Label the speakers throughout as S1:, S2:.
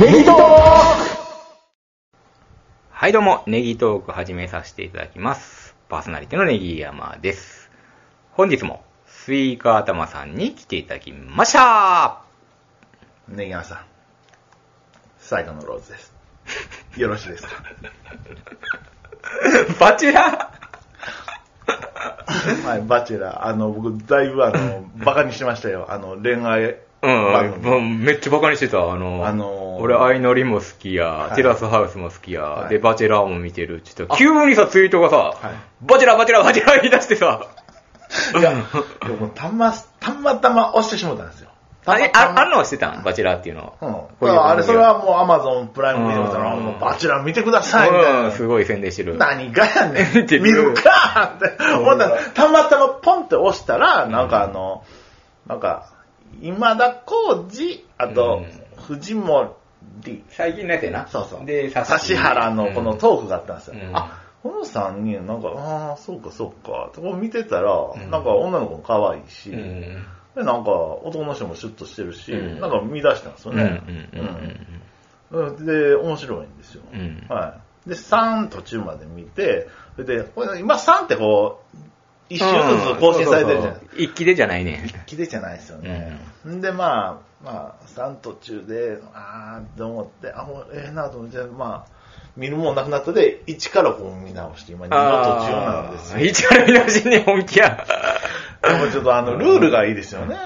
S1: ネギトーク
S2: はい、どうも、ネギトーク始めさせていただきます。パーソナリティのネギ山です。本日も、スイカ頭さんに来ていただきました
S1: ネギ山さん、最後のローズです。よろしいですか
S2: バチェラ
S1: はい、バチェラー、あの、僕、だいぶあの、バカにしてましたよ。あの、恋愛番
S2: うん
S1: 組。
S2: もう、めっちゃバカにしてた。あの、
S1: あのー
S2: 俺、相乗りも好きや、
S1: い
S2: テラスハウスも好きや、
S1: はい
S2: で、バチェラーも見てるって言って、急にさ、ツイートがさ、
S1: はい
S2: バチェラー、バチェラー、バチェラー言い出してさ、
S1: いや、でもたま、たまたま押してしまったんですよ。
S2: あれ、あ
S1: た
S2: あん
S1: ま
S2: のしてたんバチェラーっていうの。
S1: うん。
S2: こういう番組
S1: あれ、それはもうアマゾンプライムで見たら、
S2: うん
S1: もうバチェラー見てください、みたいな。
S2: うん、すごい宣伝してる。
S1: 何がやねん
S2: 見て
S1: 見
S2: みる
S1: るかって思ったら、たまたまポンって押したら、なんかあの、なんか、今田耕司、あと
S2: う、
S1: 藤森、
S2: 最近のやつやな。
S1: そうそう。
S2: で、さ
S1: 指原のこのトークがあったんですよ。
S2: うん
S1: あ、この3人、なんか、ああ、そうかそうか、とこ見てたら、
S2: ん
S1: なんか女の子も可愛いし、
S2: う
S1: で、
S2: ん
S1: なんか男の人もシュッとしてるし、
S2: うん
S1: なんか見出したんですよ
S2: うんうん
S1: ね。うんで、面白いんですよ。
S2: うん
S1: はい。で、3途中まで見て、それで、これ今3ってこう、一周ずつ更新されてるじゃないですか。
S2: 一気でじゃないね。
S1: きれじゃないですよね。ん、で、まあ、まあ、3途中で、あーって思って、あ、もうええなと思って、まあ、見るもんなくなったで、1からこう見直して、今2の途中なんですよ。
S2: 一から見直しね、本気や。
S1: でもちょっとあの、ルールがいいですよね。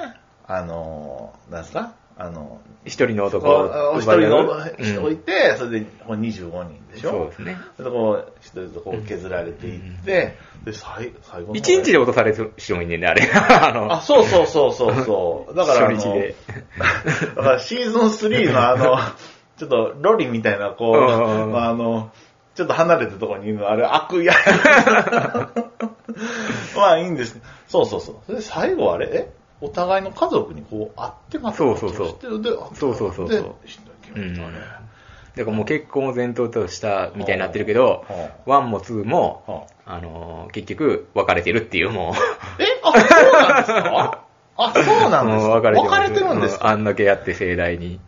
S1: あの、なんですかあの、
S2: 一人の男
S1: こうお一人の人
S2: う
S1: い
S2: ん
S1: て、それでこう25人でしょ
S2: そうですね。
S1: でこう、一人ずつこう削られていって、で、最最後の方で
S2: 一日で落とされる人もいんねんね、あれ。 あの
S1: あ、そうそうそうそう そう。だから、あの
S2: 初日で
S1: だからシーズン3の あの、ちょっとロリみたいな、こ
S2: うんう
S1: う、
S2: ん
S1: まあ、あの、ちょっと離れたところにいるの、あれ、悪意あ るまあいいんです。そうそうそう。それで最後あれ、えお互いの家族にこう会ってます
S2: そうそうそう
S1: う。で、あ
S2: そうそうそうそう
S1: で、しんどい
S2: う
S1: 気持
S2: ん
S1: ち
S2: だ
S1: だね
S2: からもう結婚を前頭としたみたいになってるけど
S1: うんうん、
S2: ワンもツーも
S1: は、
S2: あのー、結局、別れてるっていう、も
S1: えあ、そうなんですかあ、そう
S2: う。
S1: なん です
S2: もう
S1: か別れ
S2: る
S1: てるんです
S2: う
S1: か
S2: あんだけやって盛大に、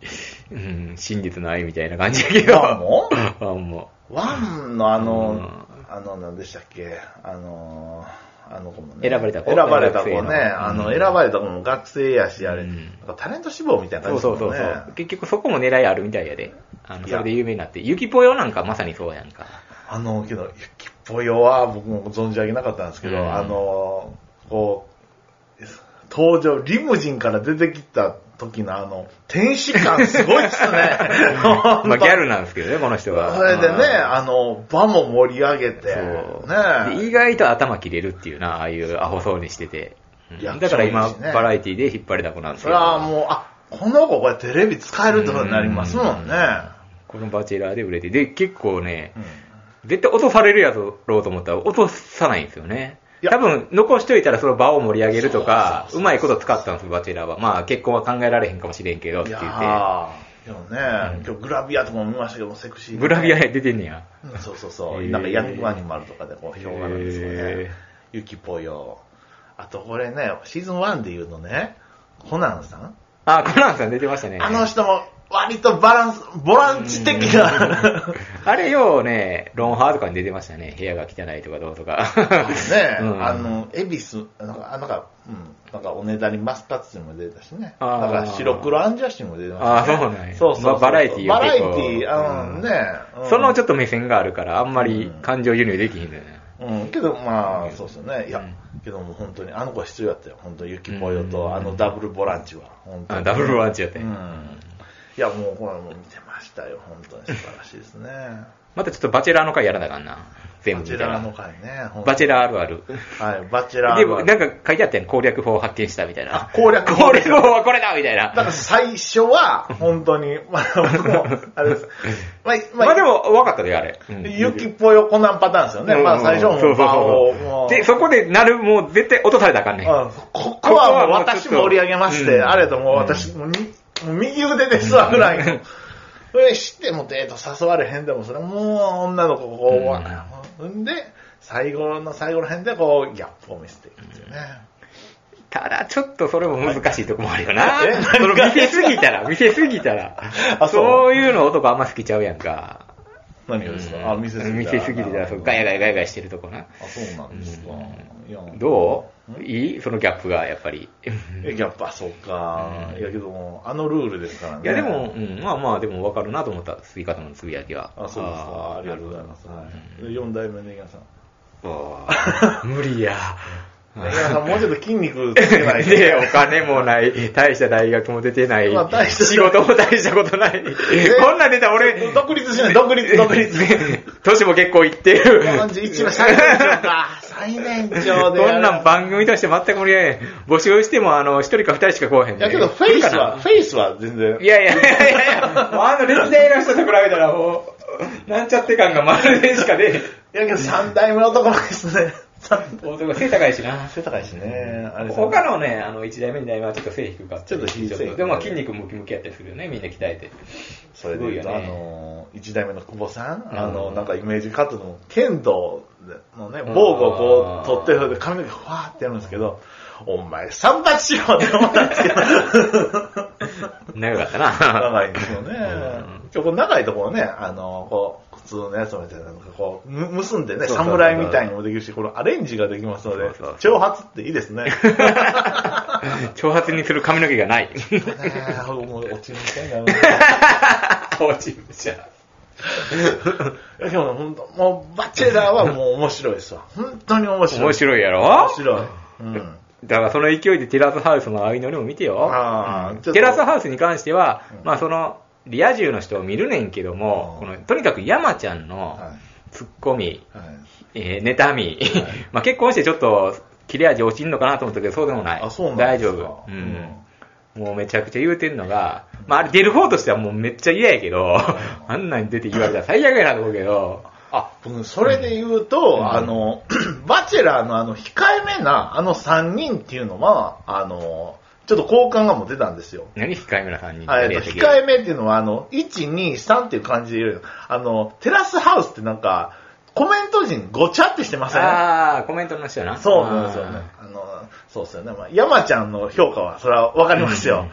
S2: うん、真実の愛みたいな感じやけど。
S1: ワンも
S2: ワンも。
S1: ワンのあ
S2: う
S1: の
S2: ん、
S1: あの、何でしたっけ、あの、あの子もね。
S2: 選ばれた子
S1: 選ばれた子ね。
S2: 学生の
S1: あの、
S2: うん
S1: 選ばれた子も学生やし、あれ、
S2: うん
S1: なんかタレント志望みたいな
S2: そ
S1: 感
S2: う
S1: じで
S2: そ
S1: も
S2: うんそうそう。
S1: ね。
S2: 結局そこも狙いあるみたいやで。あの、
S1: い
S2: そ
S1: や
S2: れで有名になって。ゆきぽよなんかまさにそうやん か。
S1: あの、けど、ゆきっぽよは僕も存じ上げなかったんですけど、
S2: うん
S1: あの、こう、登場、リムジンから出てきた時のあの、天使感すごいっすね。
S2: まあギャルなんですけどね、この人は。
S1: それでね、
S2: うん
S1: あの、場も盛り上げて、
S2: そう。で意外と頭切れるっていうな、ああいうアホそうにしてて。うん
S1: いや
S2: だから今、
S1: そうですね
S2: バラエティで引っ張りだこなんです
S1: そ
S2: よ。
S1: れはもう、あ、この子これテレビ使えるってことになりますもんね。
S2: このバチェラーで売れて。で、結構ね、
S1: うん
S2: 絶対落とされるやろうと思ったら落とさないんですよね
S1: い。や
S2: 多分、残しといたらその場を盛り上げるとか
S1: そうそう、そう
S2: うまいこと使ったんですよ、バチェラーは。まあ、結婚は考えられへんかもしれんけどっ
S1: い
S2: て言
S1: や
S2: って。
S1: ー、でもね、今日グラビアとかも見ましたけど、セクシーでね、
S2: グラビアで出てんねや。
S1: うんそうそうそう。
S2: へー
S1: なんかヤングアニマルとかでこう、評価なんですよ
S2: へ
S1: ね
S2: ー。
S1: ゆきぽよ。あとこれね、シーズン1で言うとね、コナンさん
S2: あ、コナンさん出てましたね。
S1: あの人も割とバランス、ボランチ的な。
S2: あれようね、ロンハーとかに出てましたね。部屋が汚いとかどうとか。
S1: ね、
S2: うん
S1: あの、恵比寿、なんか、あなんか、うん、なんかおねだりマスカッツにも出たしね。
S2: あー
S1: なんか白黒アンジャッシュにも出てました、ね。
S2: ああ、そうなんや。
S1: そうそうそう
S2: まあバラエティー
S1: バ
S2: は
S1: ラ
S2: 結
S1: エテ
S2: 構
S1: ィー、あの、ね、うん
S2: そのちょっと目線があるから、あんまり
S1: うん
S2: 感情輸入できひんのよね。
S1: うん、けどまあ、そうですよね。いや、
S2: うん
S1: けどもう本当に、あの子は必要だったよ。本当、ゆきぽよ
S2: う
S1: と、
S2: ん
S1: あのダブルボランチは。本当
S2: あ
S1: に
S2: ダブルワンチやって。
S1: うん。いや、もう、ほら、もう見てましたよ。本当に素晴らしいですね。
S2: またちょっとバチェラーの回やらなあかんな。全
S1: バ
S2: 部
S1: チェ
S2: 見た
S1: ラー
S2: ら
S1: の。回ね。ほんと
S2: バチェラーあるある。
S1: はい、バチェラー
S2: で
S1: の
S2: も、
S1: 回
S2: なんか書いてあったやん。攻略法を発見したみたいな。
S1: 攻略法
S2: 攻略法はこれだみたいな。
S1: だから最初は、本当に、 まあ、僕も、あれです。まあ、ま
S2: まあで
S1: あ、
S2: も、分かったで、あれ。うん
S1: ゆきっぽよこなんパターンですよね。まあ最初はもう場を、もう。
S2: で、そこでなる、もう絶対落とされたらあかんねん。
S1: うんここはも
S2: ここ
S1: う私
S2: はもうちょっと
S1: 盛り上げまして、
S2: うん
S1: あれともう私、もうにもう右腕で座るらいの。それ知ってもデート誘われへんでも、それもう女の子こう、ん、で、最後の最後の辺でこう、ギャップを見せていくっていうね。
S2: ただ、ちょっとそれも難しいとこもあるよな。
S1: はいえ
S2: その見せすぎたら、見せすぎたら。
S1: あそう
S2: そういうの男あんま好きちゃうやんか。
S1: 何がです
S2: うん
S1: かあ、見せすぎ
S2: 見
S1: た
S2: せすぎてたら、そうガヤガヤガヤガヤしてるとこな。
S1: あ、そうなんですか。いや
S2: どうんいいそのギャップが、やっぱり。
S1: え、やっぱそうか。
S2: うん
S1: いやけども、あのルールですからね。
S2: いや、でも、うん、まあまあ、でも分かるなと思った、吸い方のつぶやきは。
S1: あ、そうですか。
S2: ー
S1: ありがとうございます。はい。4代目のネギさん。
S2: あ ー無理や。
S1: ネギさん、もうちょっと筋肉つけ ないと。
S2: で、お金もない、大した大学も出てない、
S1: まあ大した
S2: 仕事も大したこと ない。こんなん出たら俺、
S1: 独立しない、独立、独立。
S2: 年も結構行ってる。
S1: 41の最年長か。最年長で。
S2: こんなん番組として全く無理やね募集しても、あの、一人か二人しか来おへん
S1: い
S2: ね
S1: やけど、フェイスは、フェイスは全然
S2: い。やいやいやいやいや、もうあの歴代の人と比べたらもう、なんちゃって感がまるでしかね
S1: いやけど、3代目の男ですね。
S2: え。男背高いしな。
S1: 背高いしね。あれ
S2: 他のね、あの、1代目、2代目はちょっと背低かった。
S1: ちょっと低い
S2: ちょっとでもまあ筋肉ムキムキやったりするよね、みんな鍛えて。
S1: それで言うと、
S2: すごいよ
S1: あ
S2: ね
S1: の、一代目の久保さん、
S2: ん
S1: あの、なんかイメージカットの、剣道のね、防具をこう取って、それで髪の毛ふわーってやるんですけど、お前、散髪しろって思ったんですけど、
S2: 長かったな。
S1: 長いんですよね。ちょこの長いところね、あの、こう、普通のやつみたいなのがこう、む結んでね、
S2: そうそうそう
S1: 侍みたいにもできるし、このアレンジができますので
S2: そう、そ
S1: 挑発っていいです ね。
S2: 挑発にする髪の毛が ない。
S1: ねえもう落ちるみたいな。
S2: 落ち武者。
S1: いやでも本当、もう、バチェラーはもう面白いですわ。本当に面白い。
S2: 面白いや
S1: 面
S2: ろ
S1: 白い。うん。
S2: だからその勢いでテラスハウスのあいのりも見てよ。
S1: ああ、ちょっと
S2: テラスハウスに関しては、
S1: うん
S2: まあその、リア充の人を見るねんけども、
S1: うん
S2: このとにかく山ちゃんの
S1: は
S2: ツッコミ、
S1: い。はい。
S2: えー妬み、 まあ結婚してちょっと切れ味落ちんのかなと思ったけど、そうでもない。
S1: あ、そうなん
S2: 大
S1: です
S2: 丈
S1: か。
S2: 夫。うんもうめちゃくちゃ言うてんのが、まああれ出る方としてはもうめっちゃ嫌やけど、 あんなん出て言われたら最悪やなと思うけど、
S1: あ、僕、それで言うと、
S2: うん
S1: あの、 バチェラーのあの、控えめな、あの3人っていうのは、あの、ちょっと好感がもう出たんですよ。
S2: 何控えめな3人
S1: あえっと、控
S2: え
S1: えめっていうのは、あの、1、2、3っていう感じで言う。あの、テラスハウスってなんか、コメント陣ごちゃってしてません
S2: ああ、コメントの人やな。
S1: そうなんですよね。あの、そうですよね。まあ、山ちゃんの評価は、それはわかりますよ。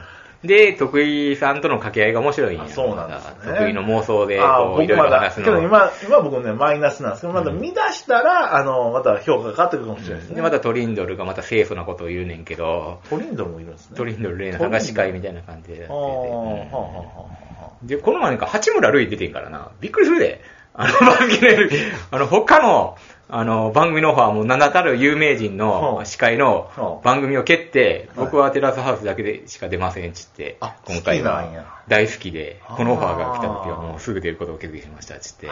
S2: で、徳井さんとの掛け合いが面白いんや
S1: あそうなんですね
S2: また徳井の妄想で、
S1: ああ
S2: こう、いろ
S1: 僕
S2: いろ
S1: まだ、
S2: 話す
S1: け
S2: の。
S1: ど今、今僕ね、マイナスなんですけど、まだ見出したら、あの、また評価が変わってくるかもしれないです
S2: で、
S1: ね。
S2: またトリンドルがまた清楚なことを言うねんけど、
S1: トリンドルもいるんですね。
S2: トリンドルレイナさんが司会みたいな感じでやって
S1: あ
S2: て
S1: あ、はあは
S2: うん
S1: あはあは
S2: で、この前なんか八村塁出てんからな、びっくりするで。あの 番組の、あの、他の、あの、番組のオファーも名だたる有名人
S1: は
S2: の
S1: あ
S2: 司会の
S1: はあ
S2: 番組を蹴って、
S1: はい
S2: 僕はテラスハウスだけでしか出ませんっつって
S1: あ、
S2: 今回
S1: 好きなんや
S2: は大好きで、このオファーが来た時は
S1: あー
S2: もうすぐ出ることを決意しましたっつって、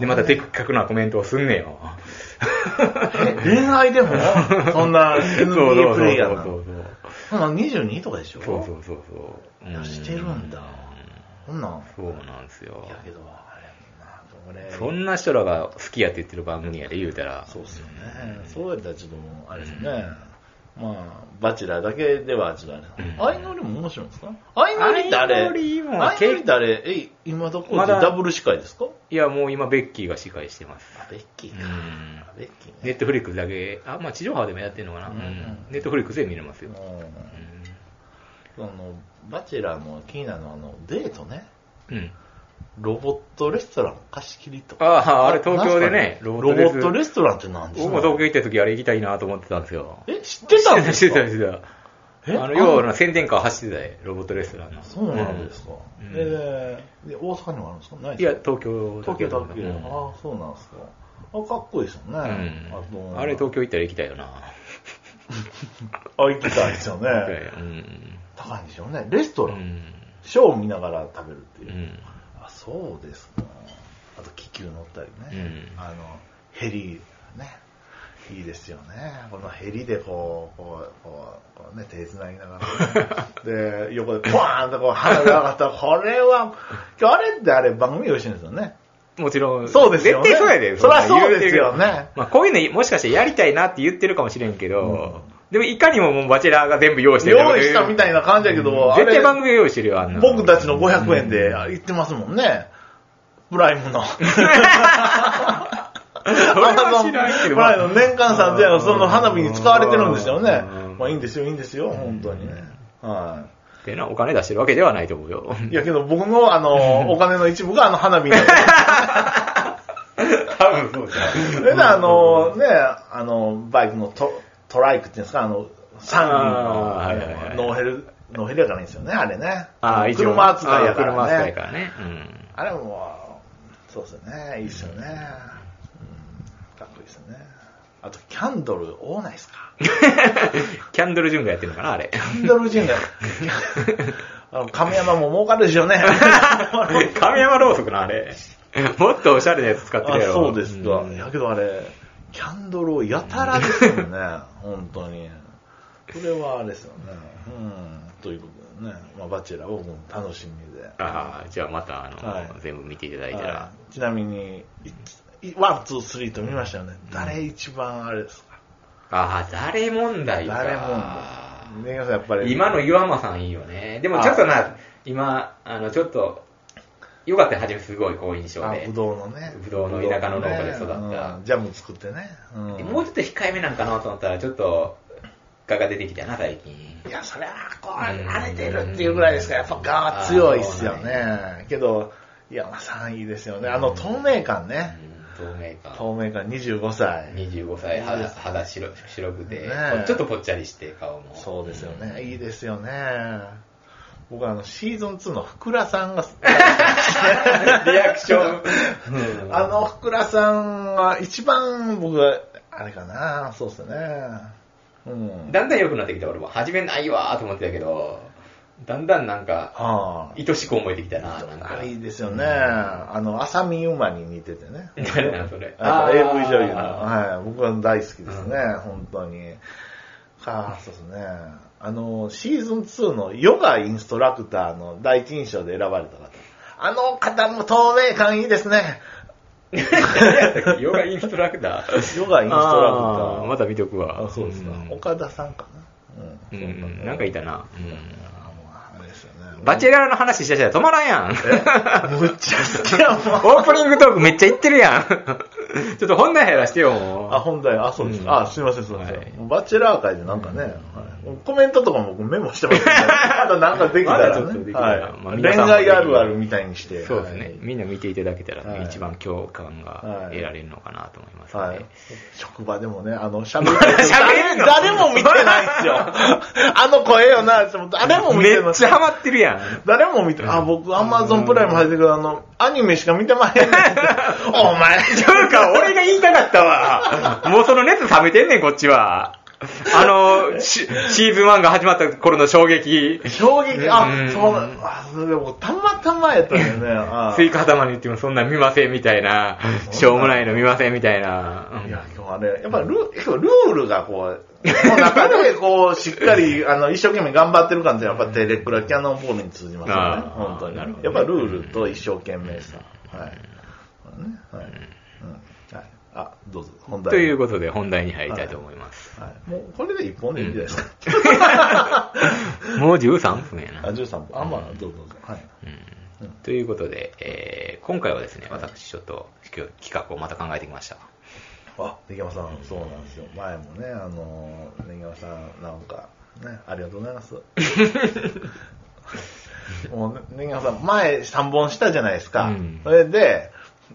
S2: で、またでっかくなコメントをすんねよ。
S1: あえ恋愛 でもそんな NBA プレイヤーな
S2: そ
S1: の。
S2: うそう
S1: そんなん22とかでしょ
S2: そうそうそうそう。
S1: いやしてるんだそんなん。
S2: そうなんですよ
S1: い。やけど、あれ、な
S2: そ
S1: これ。
S2: んな人らが好きやって言ってる番組やで言うたら、
S1: そうっすよね。そうやったらちょっともう、あれですよね。まあ、バチェラーだけではちょっとあれ。相乗りも面白いんですか相乗りってあれ、
S2: 相乗りも
S1: 相乗りってあれ、え、今どこ
S2: ま
S1: で
S2: だ
S1: ダブル司会ですか
S2: いやもう今ベッキーが司会してます。
S1: あベッキー
S2: うん
S1: か。あベッキー
S2: ネッ
S1: ね。
S2: トフリックスだけ、あ、まあ地上波でもやってんのかな。う
S1: うんん
S2: ネットフリックスで見れますよ。
S1: うんあの、バチェラーの気になるのはあの、デートね。
S2: うん。うん
S1: ロボットレストラン貸し切りと
S2: あ
S1: か。
S2: あ、あれ東京でね、
S1: ロ
S2: ロ
S1: ボ
S2: ボ
S1: ッ
S2: ッ
S1: ト
S2: トレス。
S1: レストランって何です
S2: 僕
S1: か
S2: も東京行った時あれ行きたいなと思ってたんですよ。
S1: え、知ってたんです
S2: して
S1: か
S2: た、してた。
S1: え
S2: あの、要は宣伝カー走ってたよ、ロボットレストランの。
S1: そうなんですか。
S2: うん
S1: えーで、大阪にもあるんですかない
S2: い
S1: ですか
S2: や、東京
S1: 東京だけ、
S2: うん
S1: ああ、そうなんですか。あかっこいいですよね。
S2: うん
S1: の
S2: あれ東京行ったら行きたいよな。
S1: あ、行きたいです よ
S2: いやい
S1: ね。
S2: やうん。
S1: 高いんでしょうね。レスト
S2: う
S1: ラン、
S2: ん。
S1: ショーを見ながら食べるって
S2: う
S1: いう。
S2: ん。
S1: あ、そうですか。あと気球乗ったりね。
S2: うん
S1: あの、ヘリ、ね。いいですよね。このヘリでこう、こう、こう、こうね、手繋ぎなが ら、ね。で、横でポワーンとこう、花が上がった。これは、今日あれってあれ番組用意してるんですよね。
S2: もちろん。
S1: そうですよね
S2: 絶対そうやで。
S1: そりゃ
S2: んなん
S1: そうですよね
S2: 言うてるけどまあ、こういうのもしかしてやりたいなって言ってるかもしれんけど、でもいかにももうバチェラーが全部用意してる。
S1: 用意したみたいな感じやけど、あ
S2: 絶対
S1: れ、
S2: 番組用意してるよ、あんな。
S1: 僕たちの500円で行ってますもんね。プライム の。
S2: それは知らんけど。
S1: プライムの年間3000円がその花火に使われてるんですよね
S2: うん。うん
S1: まあいいんですよ、いいんですよ、本当にね。は
S2: でな、お金出してるわけではないと思うよ。
S1: い。いやけど僕の あの、お金の一部があの花火の。
S2: 多分そうじ
S1: それであの、ね、あの、バイクのトトライクっていうんですか、あの、三
S2: あーはいはいは
S1: 輪
S2: い
S1: のノーヘル、ノーヘルやからいいんですよね、あれね。
S2: ああ、一応。
S1: 車扱いやか
S2: ああ車
S1: ら
S2: 扱い
S1: ね
S2: か。らね。
S1: あれはもう、そうですよね、いいですよね。うん、かっこいいですよね。あと、キャンドル多ないですか
S2: うん。 キャンドルジュンがやってるのかな、あ れ。
S1: キャンドル人が、あの亀山も儲かるでし ょうね。
S2: 神山ろうそくのあれ。もっとおしゃれなやつ使って
S1: あ
S2: るやろ。
S1: そうですか。
S2: ん
S1: やけどあれ、キャンドルをやたらですよね、本当に。それはあれですよね。うん。ということでね、まあ、バチェラー僕も楽しみで。
S2: ああ、じゃあまた、あの、
S1: はい
S2: 全部見ていただいたら。
S1: はいちなみに、いいワン、ツー、スリーと見ましたよね。誰一番あれですか
S2: ああ、誰問題か。
S1: 誰も。ねやっぱり。
S2: 今の岩間さんいいよね。でもちょっとな、今、あの、ちょっと、よかったよ、初めすごい好印象
S1: あ
S2: で
S1: ぶ。どうのね。
S2: ぶどうの田舎の農家で育った
S1: うんジャム作ってね。うん
S2: もうちょっと控えめなんかなと思ったら、ちょっと、画が出てきたな、最近。
S1: いや、それはこう、慣れてるっていうぐらいですから、やっぱ側は強いっすよね。けど、いや、まあ3位ですよね。あの、透明感
S2: う
S1: ね。
S2: ん透明感。
S1: 透明感25歳。
S2: 25歳、
S1: いい
S2: 肌
S1: です
S2: 肌白白くて、
S1: ねえ
S2: ちょっとぽっちゃりして、顔も。
S1: そうですよね。いいですよね。僕あの、シーズン2の福良さんが、
S2: リアクショ ン。うん
S1: あの福良さんは一番僕は、あれかな、そうっすね。うん。
S2: だんだん良くなってきた、俺も。始めないわーと思ってたけど、だんだんなんか、
S1: はあ。
S2: 愛しく思えてきたな、なん
S1: あ
S2: か。
S1: れいいですよね。あの、浅見馬に似ててね。
S2: 誰なんそれ。
S1: あと AV 女優の、
S2: あ
S1: はい、僕は大好きですね、
S2: う
S1: 本当に。かそうですね。あの、シーズン2のヨガインストラクターの第一印象で選ばれた方。あの方も透明感いいですね。
S2: ーヨガインストラクター。
S1: ヨガインストラクター
S2: あーまた見とくわ。
S1: あ、そうですか。岡田さんか
S2: う
S1: な。うんん。
S2: う
S1: そうん
S2: うんなんかいたな。うん
S1: あもうあれですよね。
S2: バチェラーの話したら止まらんやん。
S1: むっちゃ好きやもん。
S2: オープニングトークめっちゃ言ってる やん。ちょっと本題やらしてよ、もう
S1: あ、本題、あ、そうです。
S2: うん
S1: あ、すいません、そうです。
S2: はい
S1: バチェラー会でなんかね、はいコメントとかも僕メモしてます んでまだなんかできた
S2: まだ
S1: ら
S2: ちょっとで
S1: ね、
S2: きたら
S1: はい
S2: まあ
S1: 恋
S2: 皆さんも
S1: 愛あるあるみたいにして。
S2: そうですね。みんな見ていただけたら、
S1: はい
S2: 一番共感が得られるのかなと思います
S1: はい。は
S2: ね
S1: い。。職場でもね、あ の、喋ってる
S2: 喋るの
S1: 誰も見てないです よ。あの声よな、って思って誰も見
S2: め
S1: て
S2: っ
S1: ない
S2: ち。ゃハマってるやん。
S1: 誰も見て、あ、僕、アマゾンプライム入ってるけど、あの、アニメしか見てま へんねんって。お前、
S2: ちゃうか、俺が言いたかった わ。もうその熱冷めてんねん、こっちは。あの、シシーズン1が始まった頃の衝撃、
S1: 衝撃、
S2: うん
S1: あ、そうなん、あ、それでもたまたまやったんだよね。あ
S2: スイカ頭に言ってもそんなん見ませんみたいな、しょうもないの見ませんみたい
S1: いや
S2: な。、
S1: 今日あれ、やっぱルー今日ルールがこう、もう中でこう、しっかり、あの、一生懸命頑張ってる感じは、やっぱテレクラキャノンボールに通じますよね。
S2: あー
S1: 本当に。
S2: な
S1: や
S2: る
S1: っ
S2: ほどね
S1: ぱルールと一生懸命さ。はい。ねはい。うんはい。あ、どうぞ、本題。
S2: ということで本題に入りたいと思います。
S1: はい。もう、これで一本でいいんじゃないですか。
S2: もう13分や
S1: あ、
S2: な。
S1: 13本。あ、まあ、どうぞどうぞ。はい。
S2: うんということで、えー今回はですね、私ちょっと企画をまた考えてきました。
S1: あ、根山さん、そうなんですよ。前もね、あのー、根山さん、なんか、ね、ありがとうござい ます。もうね、根山さん、前3本したじゃないですか。
S2: うん
S1: それで、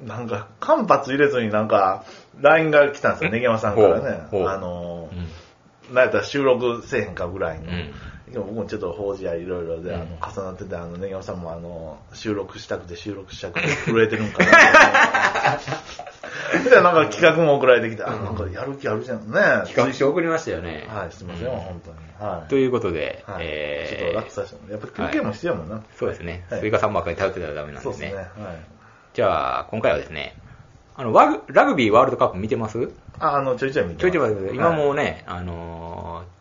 S1: なんか、間髪入れずになんか、LINE が来たんですよ、根山さんからね。
S2: ほうほう
S1: あのー
S2: うん
S1: なんやったら収録せえへんかぐらいの。
S2: うん
S1: でも僕もちょっと法事やいろいろで、あ
S2: うん
S1: の重なってて、あの、根山さんもあの、収録したくて収録した くて震えてるんかなって。で、なんか企画も送られてきて、あ、なんかやる気あるじゃんね。
S2: 企画書送りましたよね。
S1: はい、すみません、本当に。はい。
S2: ということで、
S1: はい
S2: えー
S1: ちょっと楽させてもらってやっぱ休憩も必要やもんな。
S2: そうですね。
S1: はい
S2: スイカさんばっかり頼ってたらダメなん
S1: そ
S2: で
S1: うですすね。は
S2: ね
S1: い。。
S2: じゃあ、今回はですね、あの、ワグラグビーワールドカップ見てます
S1: あ、あの、ちょいちょい見て
S2: ちょいちょい
S1: ます
S2: 今
S1: は
S2: もうね、あのー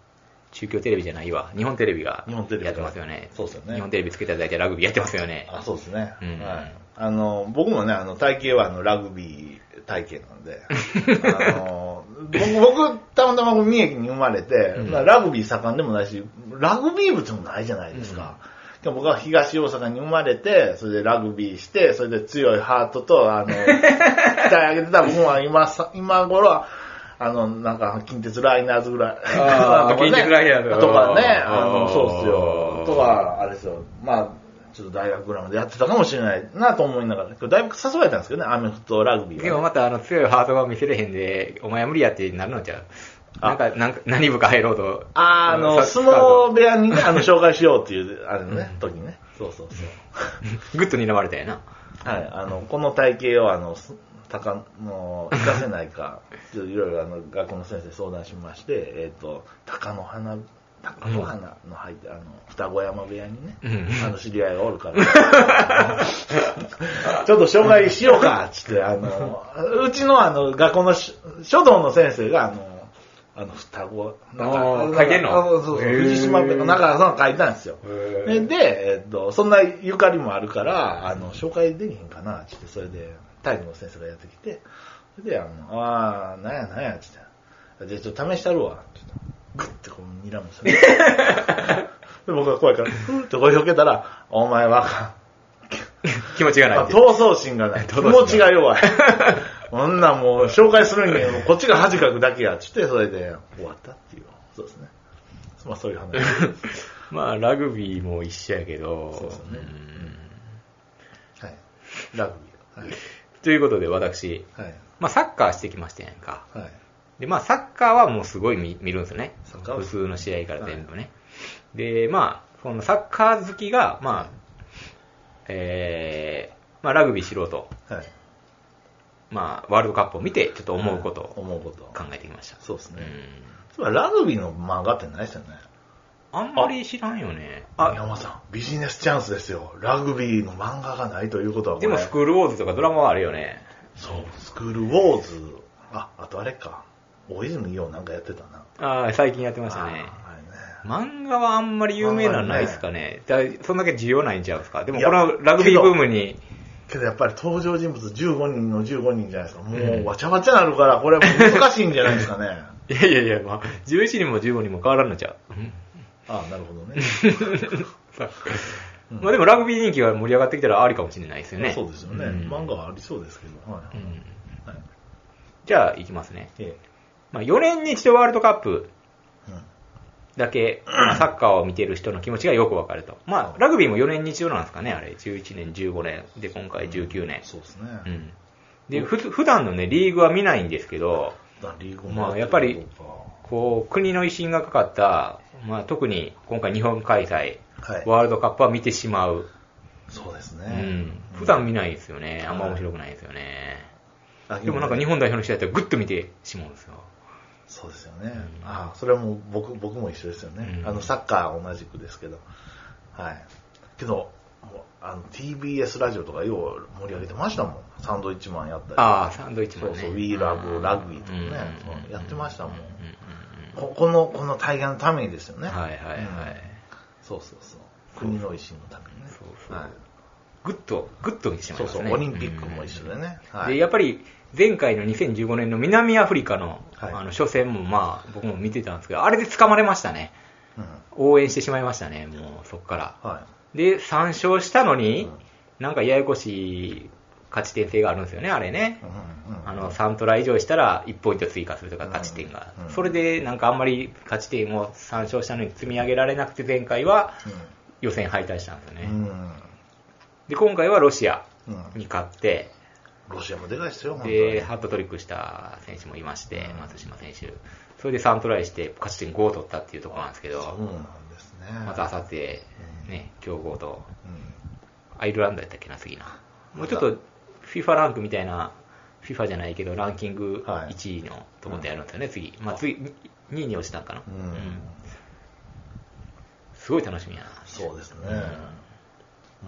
S2: 中京テレビじゃないわ、日本テレビが
S1: 日本テレビが
S2: やってますよね。
S1: そうですよね
S2: 日本テレビつけていただいてラグビーやってますよね
S1: い。。あ、そうですね。
S2: うん
S1: はい。あの、僕もね、あの、体型はあの、ラグビー体型なんで、 あの、僕、僕たまたま三重に生まれて、
S2: うん
S1: まあラグビー盛んでもないし、ラグビー部でもないじゃないですか。でも僕は東大阪に生まれて、それでラグビーし て、それで強いハートと、あの、鍛え上げてた僕は今さ、今頃は、あの、なんか、近鉄ライナーズぐらい。
S2: あー近鉄ライナーズ
S1: とかね、あ
S2: あー
S1: の、そうっすよ。とか、あれですよ。まあ、ちょっと大学グラムでやってたかもしれないなと思いながら、今日だいぶ誘われたんですけどね、アメフトラグビーは、ね。
S2: でもまたあの強いハートが見せれへんで、お前は無理やってなるのちゃう
S1: あ
S2: なんか、なんか、何部か入ろうと。
S1: あーあ
S2: う
S1: の、
S2: ん
S1: 相撲部屋にね、あの、紹介しようっていう、あれのね、時にね。そうそうそう。
S2: グッと睨まれたよな。
S1: はい、あの、この体型を、あの、す高、の、活かせな いか、ちょっといろいろ、あの、学校の先生に相談しまして、えっ、と、高野花、高野花の入って、あの、双子山部屋にね、
S2: うん
S1: あの、知り合いがおるから、 ちょっと紹介しようか、つって、あの、うちの、あの、学校のし書道の先生が、あの、あの、双子、なんか
S2: あー書いてんの
S1: あそうそう、
S2: へー
S1: 藤島部の中さんが書いたんですよ。で、でえっと、そんなゆかりもあるから、あの、紹介できへんかな、つって、それで、体育の先生がやってきて、それで、あの、あー、なんやなんや、つって、じゃあちょっと試したるわ、つって、グッてこう、睨む んですよね。で、僕が怖いから、ふーって声をかけたら、お前はあかん、
S2: 気持ちがない
S1: まあ
S2: って。
S1: 闘争心がな い。
S2: 闘争心
S1: 気
S2: がない
S1: 持ちが弱い。こんなんもう紹介するんやこっちが恥かくだけや。つって、それで終わったっていう。そうですね。まあそ ういう話。
S2: まあ、ラグビーも一緒やけど。
S1: そうですね
S2: うん
S1: はい。ラグビー。
S2: ということで、私、
S1: はい。はい。
S2: まあ、サッカーしてきましたやんか。
S1: はい。
S2: で、まあ、サッカーはもうすごい見見るんですよね。
S1: サッカー
S2: 普通の試合から全部ね。で、まあ、そのサッカー好きが、まあ、えー、まあ、ラグビーしろと、
S1: はい。
S2: まあ、ワールドカップを見て、ちょっと思うことを
S1: 思うこと。
S2: 考えてきました。
S1: そうです
S2: う
S1: ね。
S2: ん。
S1: つまりラグビーの漫画ってないですよね。
S2: あんまり知らんよね。
S1: あ、山さん、ビジネスチャンスですよ。ラグビーの漫画がないということはこ
S2: で
S1: れ
S2: も、スクールウォーズとかドラマはあるよね。
S1: そう、スクールウォーズ。あ、あとあれか。大泉洋なんかやってたな。
S2: ああ、最近やってましたね。
S1: あはいね。
S2: 漫画はあんまり有名なのないですかね。だそんだけ需要ないんちゃうんですか。でも、
S1: いや
S2: このラグビーブームに、
S1: けどやっぱり登場人物15人の15人じゃないですか。もうわちゃわちゃなるから、これはもう難しいんじゃないで すかね。
S2: いやいやいや、まあ、11人も15人も変わらんのちゃう。
S1: あなるほどね。
S2: さまあでもラグビー人気が盛り上がってきたらありかもしれないです よね。
S1: そうですよね。
S2: ん
S1: 漫画はありそうですけど。はい。
S2: うん
S1: はい
S2: じゃあ、いきますね。
S1: え
S2: まあ、4年に一度ワールドカップ
S1: えうん
S2: だけ、まあサッカーを見てる人の気持ちがよくわかると。まあ、ラグビーも4年に一度なんですかね、あれ。11年、15年。で、今回19年。
S1: そうですね。
S2: うん。で、ふつ普段のね、リーグは見ないんですけど、
S1: だリーグ
S2: まあやっぱりこう、国の威信がかかった、まあ、特に今回日本開催、
S1: はい。
S2: ワールドカップは見てしまう。
S1: そうです
S2: う
S1: ね。
S2: ん。普段見ないですよね。あんま面白くないですよね。
S1: あ
S2: でもなんか日本代表の試合ってグッと見てしまうんですよ。
S1: そうですよね。あそれはもう僕僕も一緒ですよね。
S2: うん
S1: あのサッカーは同じくですけど。はい。けど、もうあの TBS ラジオとかよう盛り上げてましたもん。サンドイッチマンやったり。
S2: ああ、サンドイッチマ
S1: そ
S2: ン
S1: う
S2: ね。
S1: そう、We Love ラグビーとか
S2: うん
S1: ね、そうやってましたもん。
S2: うんうん
S1: ここの、この大会のためにですよね。
S2: はいはいはい
S1: そうそうそう。国の維新のためにね。
S2: そうそう
S1: はい
S2: グッと、グッと見てしまい
S1: そう
S2: ます
S1: そ
S2: ね。
S1: う、オリンピックも一緒でね。
S2: うん
S1: はい
S2: で、やっぱり前回の2015年の南アフリカの,、
S1: はい
S2: あの初戦もまあ僕も見てたんですけど、あれで掴まれましたね。
S1: うん
S2: 応援してしまいましたね、もうそこから。
S1: は
S2: で、3勝したのに、
S1: うん
S2: なんかややこしい勝ち点制があるんですよね、あれね
S1: い。う。んうん
S2: あの3トライ以上したら1ポイント追加するとか、勝ち点が、
S1: うんうん
S2: それでなんかあんまり勝ち点を3勝したのに積み上げられなくて、前回は予選敗退したんですよね、
S1: うんうん
S2: で今回はロシア
S1: うん
S2: に勝って、
S1: ロシアもでかいですよ、本当に。
S2: でハットトリックした選手もいまして、
S1: うん
S2: 松島選手、それで3トライして、勝ち点5を取ったっていうところなんですけ
S1: そう
S2: ど、
S1: なんですね。
S2: またあさって
S1: う、ん
S2: ね、強豪と
S1: うん
S2: アイルランドやったっけな、次な。もうちょっと FIFA ランクみたいな、FIFA じゃないけど、ランキング
S1: はい
S2: 1位のところでやるんですよね、次。まあ、次、2位に落ちたんかな。
S1: う
S2: うん
S1: ん
S2: すごい楽しみやな。
S1: そうですね。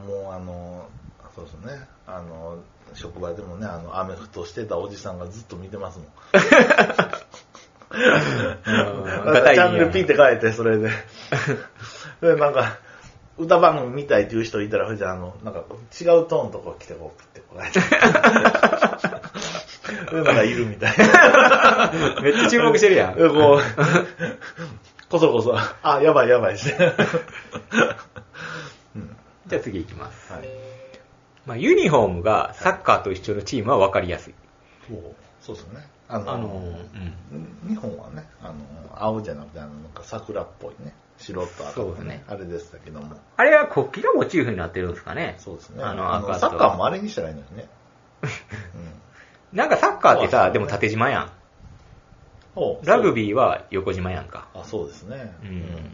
S1: もうあの、そうですね。あの、職場でもね、あの、アメフトしてたおじさんがずっと見てますもん。
S2: うん
S1: なんかチャンネル P って書いて、そ れで。で、なんか、歌番組見たいっていう人いたら、じゃあ、あの、なんか違うトーンのとこ来て、こう、ピッてこう書 いて。で、なんかいるみたいな。
S2: めっちゃ注目してる やん。
S1: で、こう、こそこそ、あ、やばいやばいして。うん
S2: じゃあ次行きます。
S1: はい。
S2: まあ、ユニフォームがサッカーと一緒のチームは分かりやすい。
S1: そうそうですよね。あの、
S2: あの、うん。
S1: 日本はね、あの、青じゃなくて、あの、なんか桜っぽいね、白と赤
S2: そう
S1: の
S2: ですね
S1: あれでしたけども。
S2: あれは国旗がモチーフになってるんですかね
S1: そうですね。
S2: あの、
S1: あ
S2: 赤
S1: の
S2: と
S1: サッカーもあれにしたらいいの にね。
S2: なんかサッカーって
S1: そうです
S2: さ、
S1: ね
S2: でも縦縞やん。
S1: うんおう
S2: ラグビーは横縞やんか。
S1: そうあ、そうですね。
S2: うん。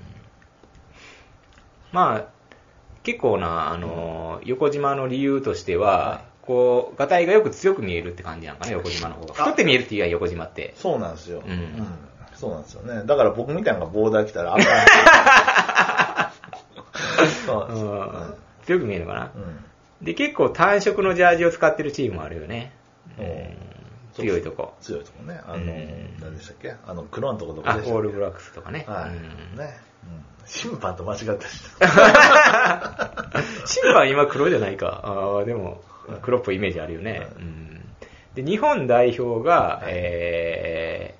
S2: まあ、結構な、あの、横縞の理由としては、こう、ガタイがよく強く見えるって感じなんかな、横縞の方が。
S1: あ
S2: 太って見えるっていうよりは横縞って。
S1: そうなんですよ。
S2: うん
S1: そうなんですよね。だから僕みたいなのがボーダー来たらあかん。そう
S2: う
S1: なんですよ
S2: ん。強く見えるのかな
S1: う。ん
S2: で、結構単色のジャージを使ってるチームもあるよね。
S1: おう
S2: うん強いとこ。
S1: 強いとこね。あの、
S2: うん
S1: 何でしたっけあの、黒のとこどこで
S2: あ、
S1: したっけ
S2: オールブラックスとかね。
S1: は
S2: う
S1: い。
S2: ん
S1: ね。うん審判と間違ってし
S2: 審判今黒じゃないか。ああ、でも、黒っぽいイメージあるよね。うん、で、日本代表が、
S1: はい
S2: え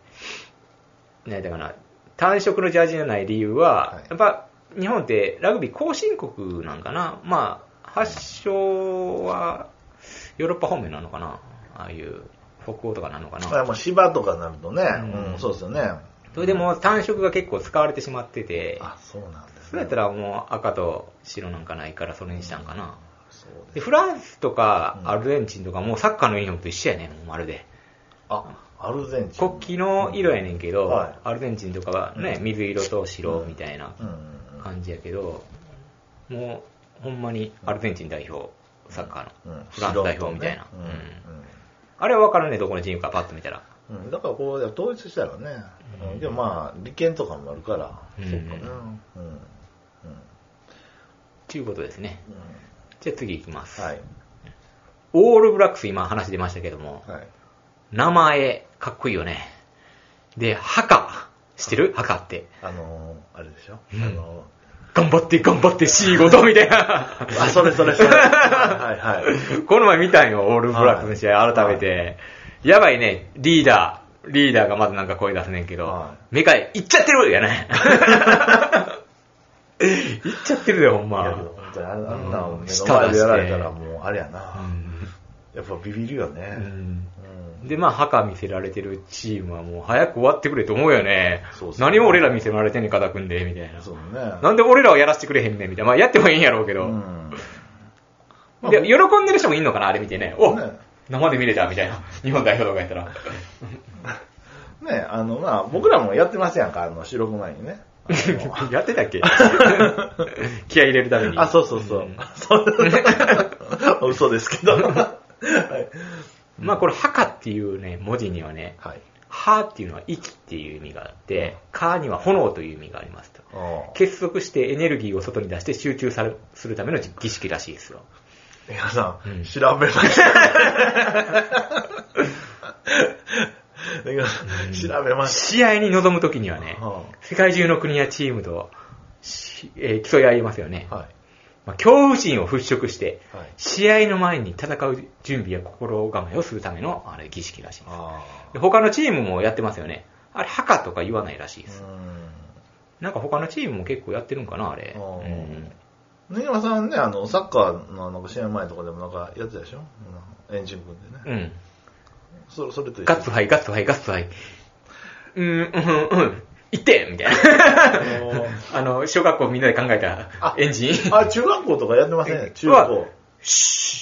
S2: ー、なんだかな、単色のジャージじゃない理由は、
S1: はい
S2: やっぱ、日本ってラグビー後進国なんかな。まあ、発祥は、ヨーロッパ方面なのかな。ああいう、北欧とかなの かな。
S1: た。もう芝とかになるとね、
S2: うん
S1: うん、そうですよね。
S2: それでもう単色が結構使われてしまってて、
S1: あ、そうなんですね。
S2: そうやったらもう赤と白なんかないからそれにしたんかな。
S1: そう
S2: で
S1: です。
S2: フランスとか
S1: うん
S2: アルゼンチンとかもうサッカーのユニフォームと一緒やねん、もうまるで。
S1: あ、アルゼンチン。
S2: 国旗の色やねんけど、
S1: うんはい
S2: アルゼンチンとかはね、
S1: う
S2: 水色と白みたいな
S1: うんうん
S2: 感じやけど、もうほんまにアルゼンチン代表、サッカーの。
S1: うん。うん
S2: フランス代表みたいな
S1: 白とねうんうん
S2: あれはわかるね、どこのチームかパッと見たら。
S1: うん、だからこう、統一したらね、うん、でもまあ、利権とかもあるから、
S2: うん
S1: そっかな、うん、うん、
S2: ということですね。
S1: うん
S2: じゃあ次行きます。
S1: はい、
S2: オールブラックス今話出ましたけども、
S1: はい。
S2: 名前、かっこいいよね。で、墓。知ってる墓って。
S1: あのー、あれでしょ、
S2: うん
S1: あの
S2: 頑張って、頑張って、仕事みたいな。
S1: ー、あ、それそ れそれ。はいはい。
S2: この前見たんよ、オールブラックスの試合、改めて。やばいね、リーダー。リーダーがまずなんか声出すねんけど
S1: は、
S2: メカイ、行っちゃってるや ね。行っちゃってるよ、ほん
S1: いや
S2: ま
S1: けど。本当にあんあんな
S2: う
S1: の
S2: ん
S1: 目の前でやられたらもうあれやな、
S2: う
S1: やっぱビビるよ
S2: んう
S1: ね。
S2: ん
S1: うん
S2: で、まあ、墓見せられてるチームはもう早く終わってくれと思うよね
S1: そう。そう
S2: 何を俺ら見せられてんねん、肩組んで、みたいな。
S1: そうね。
S2: なんで俺らをやらせてくれへんねんみたいな。まあ、やってもいいんやろうけ
S1: う
S2: ど。
S1: ん。まあ
S2: で、喜んでる人もいんのかなあれ見てね。お、
S1: ね
S2: 生で見れたみたいな。日本代表とかやったら。
S1: ね、あの、まあ、僕らもやってますやんか、あの、収録前にね。あの
S2: やってた っけ気合い入れるために。
S1: あ、そうそうそう。そう 嘘ですけど。はい。
S2: まあこれ、墓っていうね、文字にはね、
S1: はい。
S2: はっていうのは息っていう意味があって、かには炎という意味がありますと。
S1: おう
S2: 結束してエネルギーを外に出して集中さるするための儀式らしいですよ。
S1: 皆さ
S2: うん
S1: ん、調べました。皆さん調べまし
S2: 試合に臨むときにはね
S1: た。、は
S2: 世界中の国やチームとし、えー競い合いますよね
S1: い。。は
S2: まあ、恐怖心を払拭して、
S1: い。はい。
S2: 試合の前に戦う準備や心構えをするためのあれ儀式らしいです
S1: あ
S2: で。他のチームもやってますよね。あれ、墓とか言わないらしいです。
S1: あ。
S2: なんか他のチームも結構やってるんかな、あれ。
S1: あ
S2: う
S1: ー
S2: ん、
S1: 根山さんね、あの、サッカーのなんか試合前とかでもなんかやってたでしょエンジン組んで
S2: う
S1: ね。
S2: ん。
S1: それ、それと一緒
S2: ガッツファイ、ガッツファイ、ガッツファイ。うーん、うん、うん、行ってみたいな。
S1: あのー
S2: あの、小学校みんなで考えた
S1: あ
S2: エンジン。
S1: あ、中学校とかやってません 中
S2: う
S1: 高
S2: わ。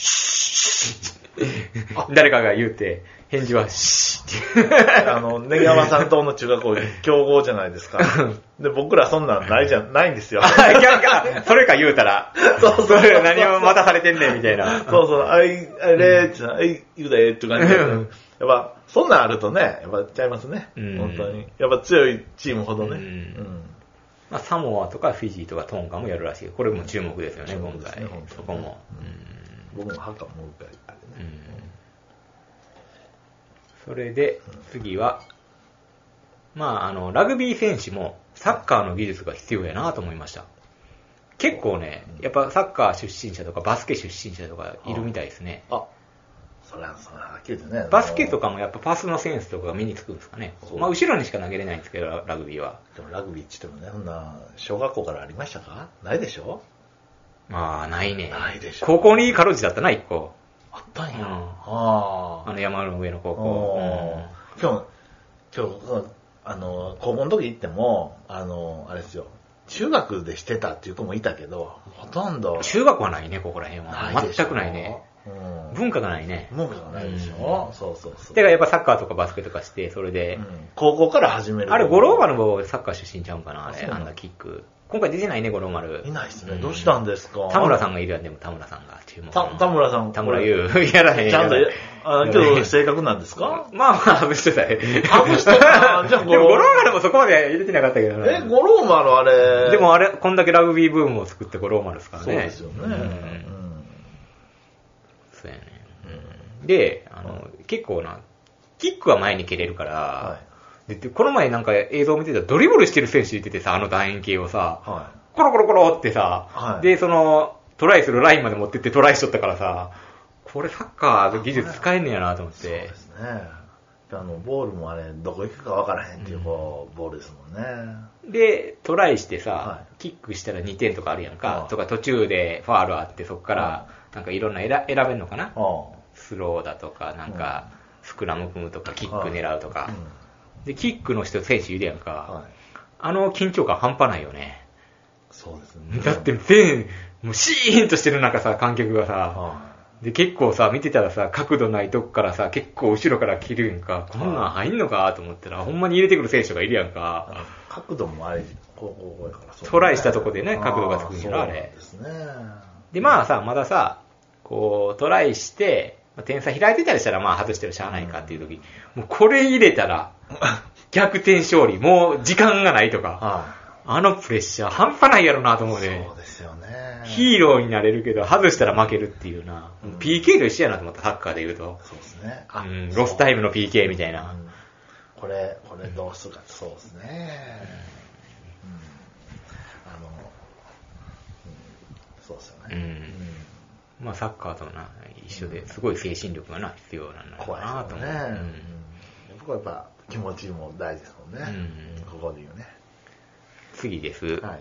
S2: シー誰かが言うて、返事はシーって。
S1: あの、根山さんとの中 学校、強豪じゃないですか。で、僕らそんなんないじ ゃ、ないんですよ。
S2: あ、逆か。それか言うたら。
S1: そうそう
S2: それ何を待たされてんねん、みたいな。
S1: そうそう、あい、あれーって、あい、言うだえって感じで。
S2: う
S1: や
S2: ん
S1: っぱ、そんなんあるとね、やっぱちゃいますね。
S2: うん
S1: 本当に。やっぱ強いチームほどね。
S2: うん
S1: うん
S2: まあ、サモアとかフィジーとかトンガもやるらしい。これも注目ですよね、
S1: 注
S2: 今
S1: 目です
S2: 回。
S1: ね本当に
S2: そこも。
S1: 僕も墓もう一回あ
S2: うん
S1: れね。
S2: それで、次は、まあ、あの、ラグビー選手もサッカーの技術が必要やなと思いました。結構ね、やっぱサッカー出身者とかバスケ出身者とかいるみたいですね。
S1: あ、そら、そら、はっきり言ってね。
S2: バスケと
S1: か。
S2: かもやっぱパスのセンスとかが身につくんですかね
S1: そ。う
S2: まあ、後ろにしか投げれないんですけど、ラグビーは。
S1: でもラグビーって言ってもね、そんな、小学校からありましたかないでしょ
S2: まあ、ないね。
S1: ないでしょ
S2: 高校にかろうじだったな、一個。
S1: あったんや。
S2: うん
S1: あ
S2: あの山の上の高
S1: あ。
S2: 校。
S1: おー今日、今日うん、あの、高校の時行っても、あの、あれですよ、中学でしてたっていう子もいたけど、ほとん
S2: う
S1: ど
S2: ん中学はないね、ここら辺
S1: ない
S2: は。
S1: でしょ
S2: 全くないね。。
S1: うん。
S2: 文化がないね。
S1: 文化がないでしょ。
S2: うん
S1: そうそうそう。
S2: てかやっぱサッカーとかバスケとかして、それで
S1: う、ん高校から始める。
S2: あれ、五郎丸もサッカー出身ちゃうんかな、あ
S1: あ
S2: れ、
S1: そうな
S2: あ
S1: の
S2: んなキック。今回出てないね、五郎丸。
S1: いないですね。どうしたん
S2: だ
S1: ですか
S2: 田村さ
S1: ん。
S2: んがいるやん、でも田村さんが注目。
S1: た田村さん
S2: 田村優。 やらへん。
S1: ちゃんと
S2: やらへん、
S1: あ今日正確なんですか
S2: まあまあ、ぶしてたね。
S1: あぶしてたなじ
S2: で
S1: ゃあ
S2: も
S1: 五郎
S2: 五郎丸もそこまで入れてなかったけどな
S1: え、五郎丸あれ。
S2: でもあれ、こんだけラグビーブームを作って五郎丸ですからね。
S1: そうです
S2: う
S1: よね。
S2: ん
S1: うん
S2: そうやね。うんで、あの、結構な、キックは前に蹴れるから、
S1: は
S2: ででこの前なんか映像見てたらドリブルしてる選手いててさ、あの楕円形をさ、
S1: い。は
S2: コロコロコロってさ、
S1: はい
S2: で、その、トライするラインまで持ってってトライしとったからさ、これサッカーの技術使えんねやなと思っ
S1: い。そう
S2: て
S1: で。すね。あの、ボールもあれ、どこ行くか分からへんっていう、こう、ボールですもんね。
S2: で、トライしてさ、
S1: は
S2: キックしたら2点とかあるやんか、
S1: うん
S2: とか途中でファールあってそっから、なんかいろんな選選べんのかな、
S1: あ
S2: スローだとか、なんか、スクラム組むとか、キック狙うと
S1: あ。
S2: か
S1: うん。。
S2: で、キックの人、選手いるやんか。
S1: はい。
S2: あの緊張感半端ないよね。
S1: そうですね。
S2: だって、全、もうシーンとしてる中さ、観客がさ、
S1: は
S2: で、結構さ、見てたらさ、角度ないとこからさ、結構後ろから切るやんか。こんなん入んのかと思ったら、ほんまに入れてくる選手がいるやん
S1: い。あ
S2: か。
S1: の角度もあれ、こう、こう、こうやから。そう
S2: トライしたとこでね
S1: ああ
S2: 角度がつくんやろあれ
S1: そうなんですね。
S2: で、まあさ、まださ、こう、トライして、まあ点差開いてたりしたら、まあ外してもしゃあないかっていう時、もうこれ入れたら、 逆転勝利、もう時間がないとか、
S1: は
S2: あのプレッシャー半端ないやろなと
S1: い。
S2: 思うね
S1: そう。ですよね。
S2: ヒーローになれるけど、外したら負けるっていうな。
S1: うん
S2: PK と一緒やなと思った、サッカーで言うと。
S1: そうですね。
S2: う
S1: あ
S2: ん、ロスタイムの PK みたい
S1: うん
S2: な。
S1: これ、これどうするかってそうですね。うんあの、うんそうですよ
S2: うん
S1: ね。
S2: まあ、サッカーとな、一緒で、すごい精神力がな、必要なんだろう
S1: 怖い
S2: な
S1: です
S2: と
S1: よ
S2: 思
S1: ね
S2: う。。
S1: うん僕はやっぱ気持ちも大事ですもんね
S2: うん。
S1: ここで言うね。
S2: 次です。
S1: はい。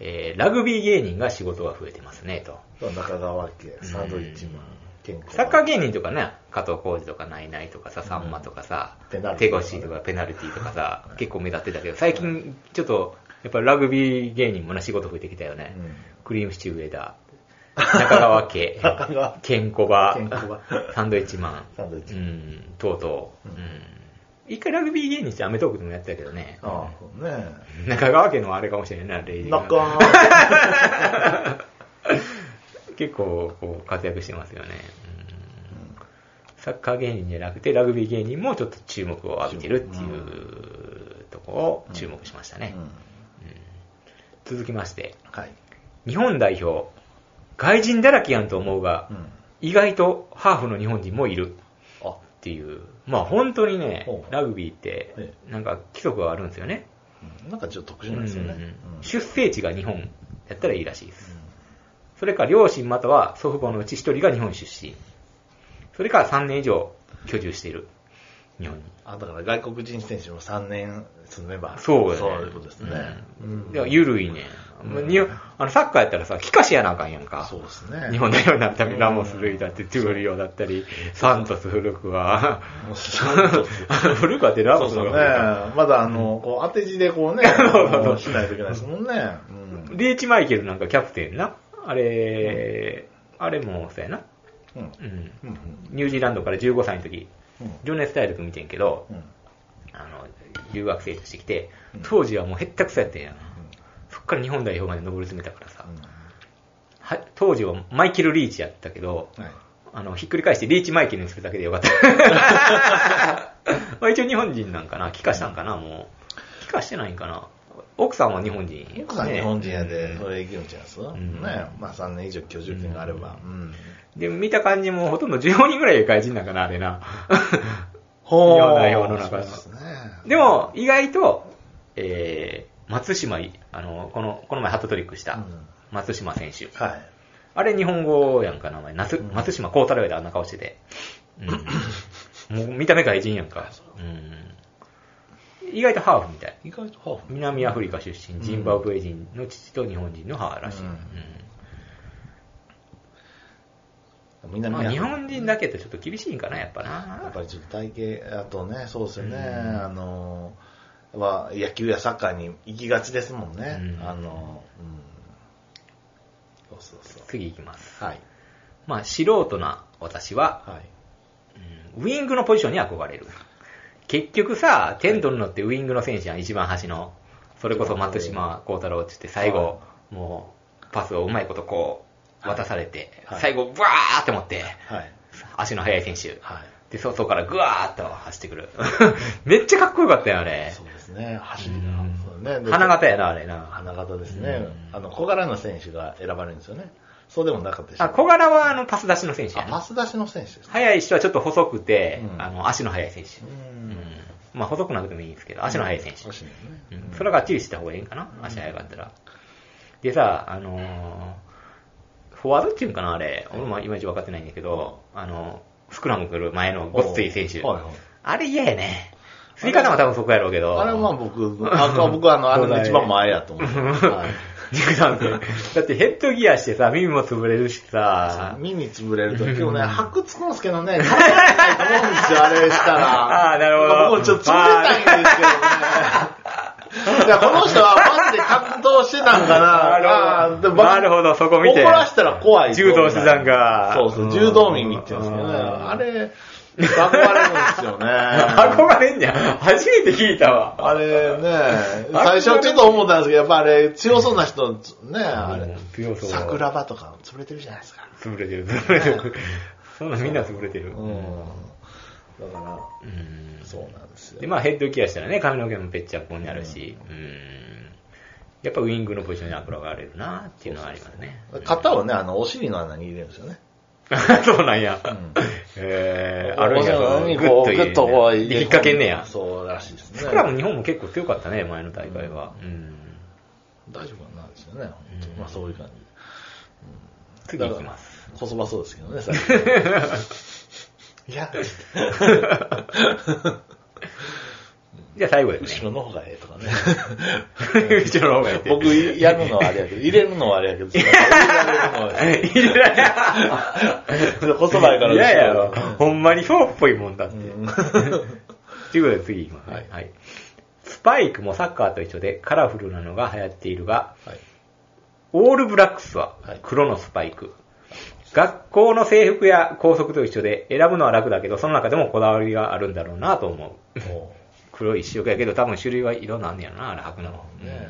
S2: えーラグビー芸人が仕事が増えてますね、と。
S1: 中川家、サンドイッチマン、健康。
S2: サッカー芸人とかね、加藤浩次とか、ナイナイとかさ、さんまとかさ
S1: ペナ、ルテ
S2: 手
S1: ィー
S2: 越とか、ペナルティーとかさ、結構目立ってたけど、最近、ちょっと、やっぱラグビー芸人もな、仕事増えてきたよね。
S1: うん
S2: クリームシチュー上田、中川家、
S1: 中川
S2: ケンコバ
S1: ケンコバ、
S2: サンドイッチマン、
S1: サンドイッチ
S2: う
S1: マン
S2: ん、とうとう。
S1: うん
S2: うん一回ラグビー芸人してアメトークでもやってたけどね。
S1: ああ、そうね。
S2: 中川家のあれかもしれないな、レイジが
S1: 中川
S2: 結構こう活躍してますよね、うんサッカー芸人じゃなくてラグビー芸人もちょっと注目を浴びてるっていうところを注目しましたね、
S1: うん
S2: うん続きまして
S1: はい。
S2: 日本代表外人だらけやんと思うが、
S1: うん
S2: 意外とハーフの日本人もいる
S1: あ、
S2: っていうまあ本当にね
S1: ほう
S2: ラグビーって
S1: え
S2: なんか規則があるんですよね
S1: うんなんかちょっと特殊なんですよね。
S2: うん
S1: うん
S2: 出生地が日本やったらいいらしいです、それか両親または祖父母のうち一人が日本出身。それか3年以上居住している。日本に。
S1: あだから外国人選手も3年住めば
S2: そうよね。
S1: そういうことですね。
S2: うん
S1: うん
S2: いや、ゆるいね。まあにあの、サッカーやったらさ、帰化しやなあかんやんか。
S1: そうですね。
S2: 日本代表になるため
S1: う
S2: に
S1: ん
S2: ラモス・ルイだって、トゥーリオだったり、サントス・古くは。
S1: もうサントス
S2: あの 古くはってラ
S1: そ
S2: モ
S1: う
S2: ス
S1: そ
S2: の
S1: う
S2: 方
S1: ね
S2: が古いか。
S1: まだあの、こう当て字でこう ね、こうしないといけないですもんね。うん
S2: リーチ・マイケルなんかキャプテンな。あれ、あれもそうやな。
S1: うん
S2: うん。
S1: うんうん
S2: ニュージーランドから15歳の時、
S1: うん
S2: 情熱大陸見てんけど、
S1: うん
S2: あの、留学生としてきて
S1: うん、
S2: 当時はもうへったくそやったんやな。そっから日本代表まで上り詰めたからさ。は当時はマイケル・リーチやったけど、
S1: うんはい
S2: あの、ひっくり返してリーチ・マイケルにするだけでよ かった。まあ一応日本人なんかな帰化したんかなもう。帰化してないんかな奥さんは日本人。
S1: 奥さん日本人やで、
S2: ね
S1: それいけるんちゃいますね
S2: ん
S1: まあ3年以上居住権があれば。うん
S2: で、見た感じもほとんど15人ぐらい外人なんかな、あれな。
S1: ほう
S2: 日本代表の中で
S1: そうですね。
S2: でも、意外と、えー、松島い、あの、この、この前ハットトリックした
S1: うん、
S2: 松島選手。
S1: はい。
S2: あれ日本語やんか、名前。なす
S1: ん
S2: 松島幸太郎やで、あんな顔してて。 うん、もう見た目外人やんか。うん、意外とハーフみたい。
S1: 意外とハーフ
S2: 南アフリカ出身、ジンバブエ人の父と日本人の母らしい。
S1: うん
S2: うん
S1: みんな
S2: ま
S1: 見
S2: あ、
S1: な
S2: 日本人だけとちょっと厳しいんかな、やっぱ
S1: やっぱ
S2: な。
S1: りちょっと体型、あとね、そうですよね、
S2: うん
S1: あの、は野球やサッカーに行きがちですもんね。
S2: うん
S1: あの、うん。そうそうそ
S2: 次いきます。
S1: う。はい。
S2: まあ、素人な私は、
S1: はい。
S2: うんウィングのポジションに憧れる。結局さ、テントに乗ってウィングの選手やん、一番端の。それこそ松島幸太郎っつって最後、もう、パスをうまいことこう、渡されて、
S1: はい
S2: 最後、ブワーって持って、
S1: はい。
S2: 足の速い選手。
S1: は
S2: で、外からグワーっと走ってくる。 めっちゃかっこよかったよ、あ
S1: い。
S2: れ。
S1: そうですね。走りが。そうね。
S2: うん
S1: で
S2: 花。形やな、あれな。
S1: 花形ですね。あの、小柄な選手が選ばれるんですよね。そうでもなかったでしょ
S2: あ小柄はあのパス出しの選手
S1: あ
S2: や、
S1: パ
S2: な。
S1: ス出しの選手ですね。
S2: 速い人はちょっと細くて、
S1: うん
S2: あの足の速い選手。
S1: う
S2: うん
S1: ん。
S2: まあ、細くなくてもいいんですけど、足の速い選手。
S1: 足のね
S2: うんそれはがっちりした方がいいんかな、足早かったら。でさ、あのーフォワードっていうんかな、あれ、俺もいまいち分かってないんだけど、あのスクラム来る前のごっつい選手、
S1: はいはい
S2: あれ嫌やね。吸い方も多分そこやろうけど、
S1: あれはまあ僕、あ僕はあの、あれの一番前やと思う。 はい
S2: 肉弾ってだってヘッドギアしてさ、耳も潰れるしさ、
S1: 見に潰れると、今日ね、白つくんすけどね、 体がないと思うんですよ、あれしたら。
S2: あーなるほど
S1: 僕もちょっと潰れたいんですけ どね。いや、この人はマジで格闘してたんか な。
S2: なるほど
S1: あーでも
S2: なるほどそこ見て
S1: 怒らしたら怖いと思う。
S2: 柔道してたんか
S1: そうそうう、
S2: ん
S1: 柔道耳って言うんですけどね。
S2: うん
S1: あれ、憧れるんですよね。
S2: 憧れんじゃん。初めて聞いたわ。
S1: あれね、最初ちょっと思ったんですけど、やっぱあれ、強そうな人、ね、あれ、
S2: 強そう。
S1: 桜庭とか潰れてるじゃないですか。
S2: 潰れてる、潰れ てる。そんなんみんな潰れてる。
S1: うん。だから、
S2: うん
S1: そうなんですよ。
S2: で、まあヘッドギアしたらね、髪の毛もぺっちゃこになるし、うん。やっぱウィングのポジションに憧れるなっていうのはありますね。
S1: 肩をね、あの、お尻の穴に入れるんですよね。
S2: そうなんや。
S1: ん
S2: えー、あるんや
S1: お
S2: そう
S1: 尻の穴に
S2: グッ
S1: こう
S2: と
S1: グッとこう
S2: 入れ
S1: 入
S2: て
S1: れ
S2: 引っ掛けんねや。
S1: そうらしいですね。
S2: スクラム日本も結構強かったね、前の大会は。うん。
S1: 大丈夫なんですよね、本当
S2: うん
S1: まあそういう感じで。
S2: 次いきます。
S1: こそばそうですけどね、最近 いや、
S2: じゃあ最後です
S1: 後
S2: ね。
S1: ろの方がええとかね。
S2: 後ろの方がいいって。
S1: 僕、やるのはあれやけど、入れるのはあれやけど、入れられるのはあれ
S2: 入れられ
S1: やけど、こそばやから
S2: いやいや
S1: ろ。
S2: ほんまにそうっぽいもんだって。
S1: う
S2: と、
S1: ん
S2: いうことで次いきます、
S1: はい
S2: はい。スパイクもサッカーと一緒でカラフルなのが流行っているが、
S1: はい
S2: オールブラックスは黒のスパイク。学校の制服や校則と一緒で選ぶのは楽だけど、その中でもこだわりがあるんだろうなと思う。
S1: も
S2: 黒い一色やけど、多分種類はいろんなあんねやろな、あれ白なの。
S1: うね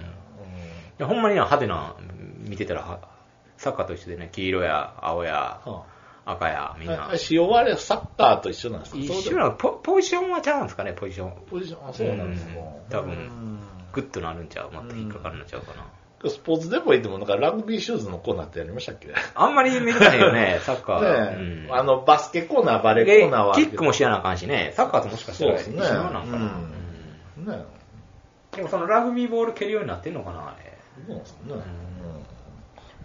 S2: いやほんまにな、派手な、見てたらは、サッカーと一緒でね、黄色や、青や、
S1: うんは
S2: 赤や、みんな
S1: あ。塩割れサッカーと一緒なんですか
S2: 一
S1: そう
S2: 緒
S1: でも
S2: なのポ、ポジションはちゃうんですかね、ポジション。
S1: ポジション、あそうなんですか
S2: うん。多分
S1: うん
S2: グッとなるんちゃうまた引っかかるのちゃうかな。
S1: スポーツでもいいっても、なんかラグビーシューズのコーナーってやりましたっけね
S2: あんまり見れないよね、サッ カー。
S1: え
S2: う、ん
S1: あの、バスケコーナー、バレー
S2: で
S1: コーナーはあ
S2: キ
S1: るけ
S2: ッ
S1: ど。
S2: クも知らなあかんしね、サッカーともしかしたら
S1: そう
S2: 一
S1: です
S2: 緒
S1: ね
S2: なんかな。うん
S1: ね
S2: でもそのラグビーボール蹴るようになってんのかな、あれ。
S1: そうですね。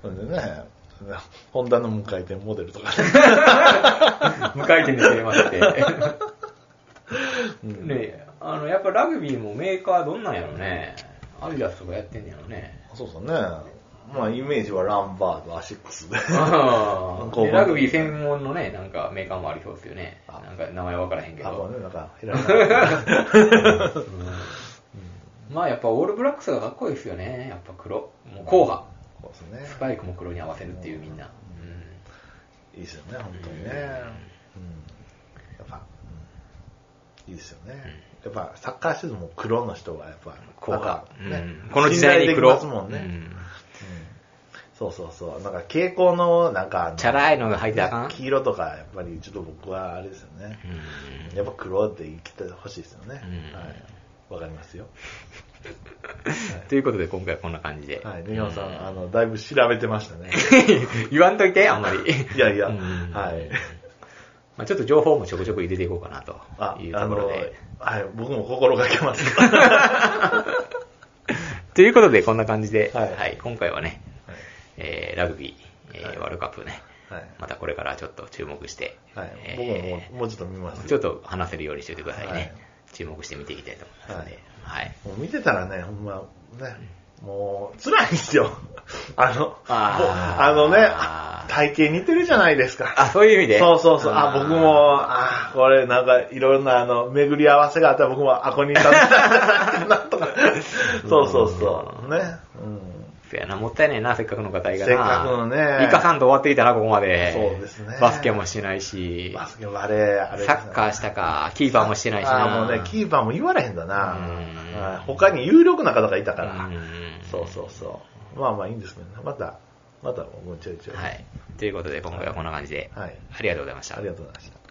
S1: うん。ほんでね、ホンダの無回転モデル とかね。
S2: 無回転で蹴れま して。ねあの、やっぱラグビーもメーカーどんなんやろね。アディダスとかやってんねやろね。
S1: そうですね。まあ、イメージはランバード、アシックスで。
S2: あ
S1: こ
S2: ー
S1: う
S2: でラグビー専門のね、なんかメーカーもありそうですよね。
S1: あ
S2: なんか名前わからへんけ
S1: あ、
S2: ど。
S1: もうね、なんか、平 野
S2: まあやっぱオールブラックスがかっこいいですよね。やっぱ黒。もう硬派。
S1: そうですね。
S2: スパイクも黒に合わせるっていうみんな。
S1: いいですよね、本当にね。うん。やっぱ、うんいいですよね。やっぱ、サッカーシーズンも黒の人が、やっぱ、
S2: 硬派
S1: なんかね
S2: うんこの時代に黒。
S1: 信頼できますもんね。
S2: うん
S1: そうそうそう。なんか蛍光の、なんかあの、
S2: チャラいのが入ってあかん。
S1: 黄色とか、やっぱりちょっと僕はあれですよね。やっぱ黒で生きてほしいですよね。
S2: うん
S1: はい。わかりますよ。
S2: ということで今回はこんな感じで。
S1: はい。ネギさん、あの、だいぶ調べてましたね。
S2: 言わんといて、あんまり。
S1: いやいや、
S2: うん
S1: はい。
S2: まあちょっと情報もちょくちょく入れていこうかな
S1: あ
S2: という、
S1: あ
S2: とこ
S1: の、
S2: ろ
S1: は
S2: で
S1: い。。僕も心がけ ます。
S2: ということでこんな感じで、
S1: はい
S2: はい今回はね、えーラグビー、えー
S1: はい
S2: ワールドカップね、
S1: はい。
S2: またこれからちょっと注目して、
S1: はい。僕もも
S2: え
S1: うもうちょっと見ま
S2: ー
S1: す。
S2: ちょっと話せるようにしておいてくださいね。
S1: はい
S2: 注目して見ていきたいと思いますので、はい。
S1: もう見てたらね、ほんま、 ね、もう、辛いんですよ。あの、
S2: あー
S1: あのね、体型似てるじゃないですか。
S2: あ、そういう意味で
S1: そうそうそう。あ、僕。も、あ、これなんかいろんなあの、巡り合わせがあったら僕もアコニー さんだなとか。そうそうそう。ね。うん。
S2: そうやな、もったいないな、せっかくの方がな。
S1: せっかくのね
S2: イカさんと終わってきたな、ここまで。
S1: そうですね
S2: バスケもしないし、
S1: バスケバレー、あれです
S2: サ
S1: ね
S2: ッカーしたか、キーパーもしてないしな。
S1: あーもうね、キーパーも言われへんだな。
S2: うん
S1: はい他に有力な方がいたから
S2: う。ん
S1: そうそうそう。まあまあいいんですけどね。また、また、もうちょいちょい。
S2: はい。ということで、今回はこんな感じで、
S1: はい。
S2: ありがとうございました
S1: あ。りがとうございました。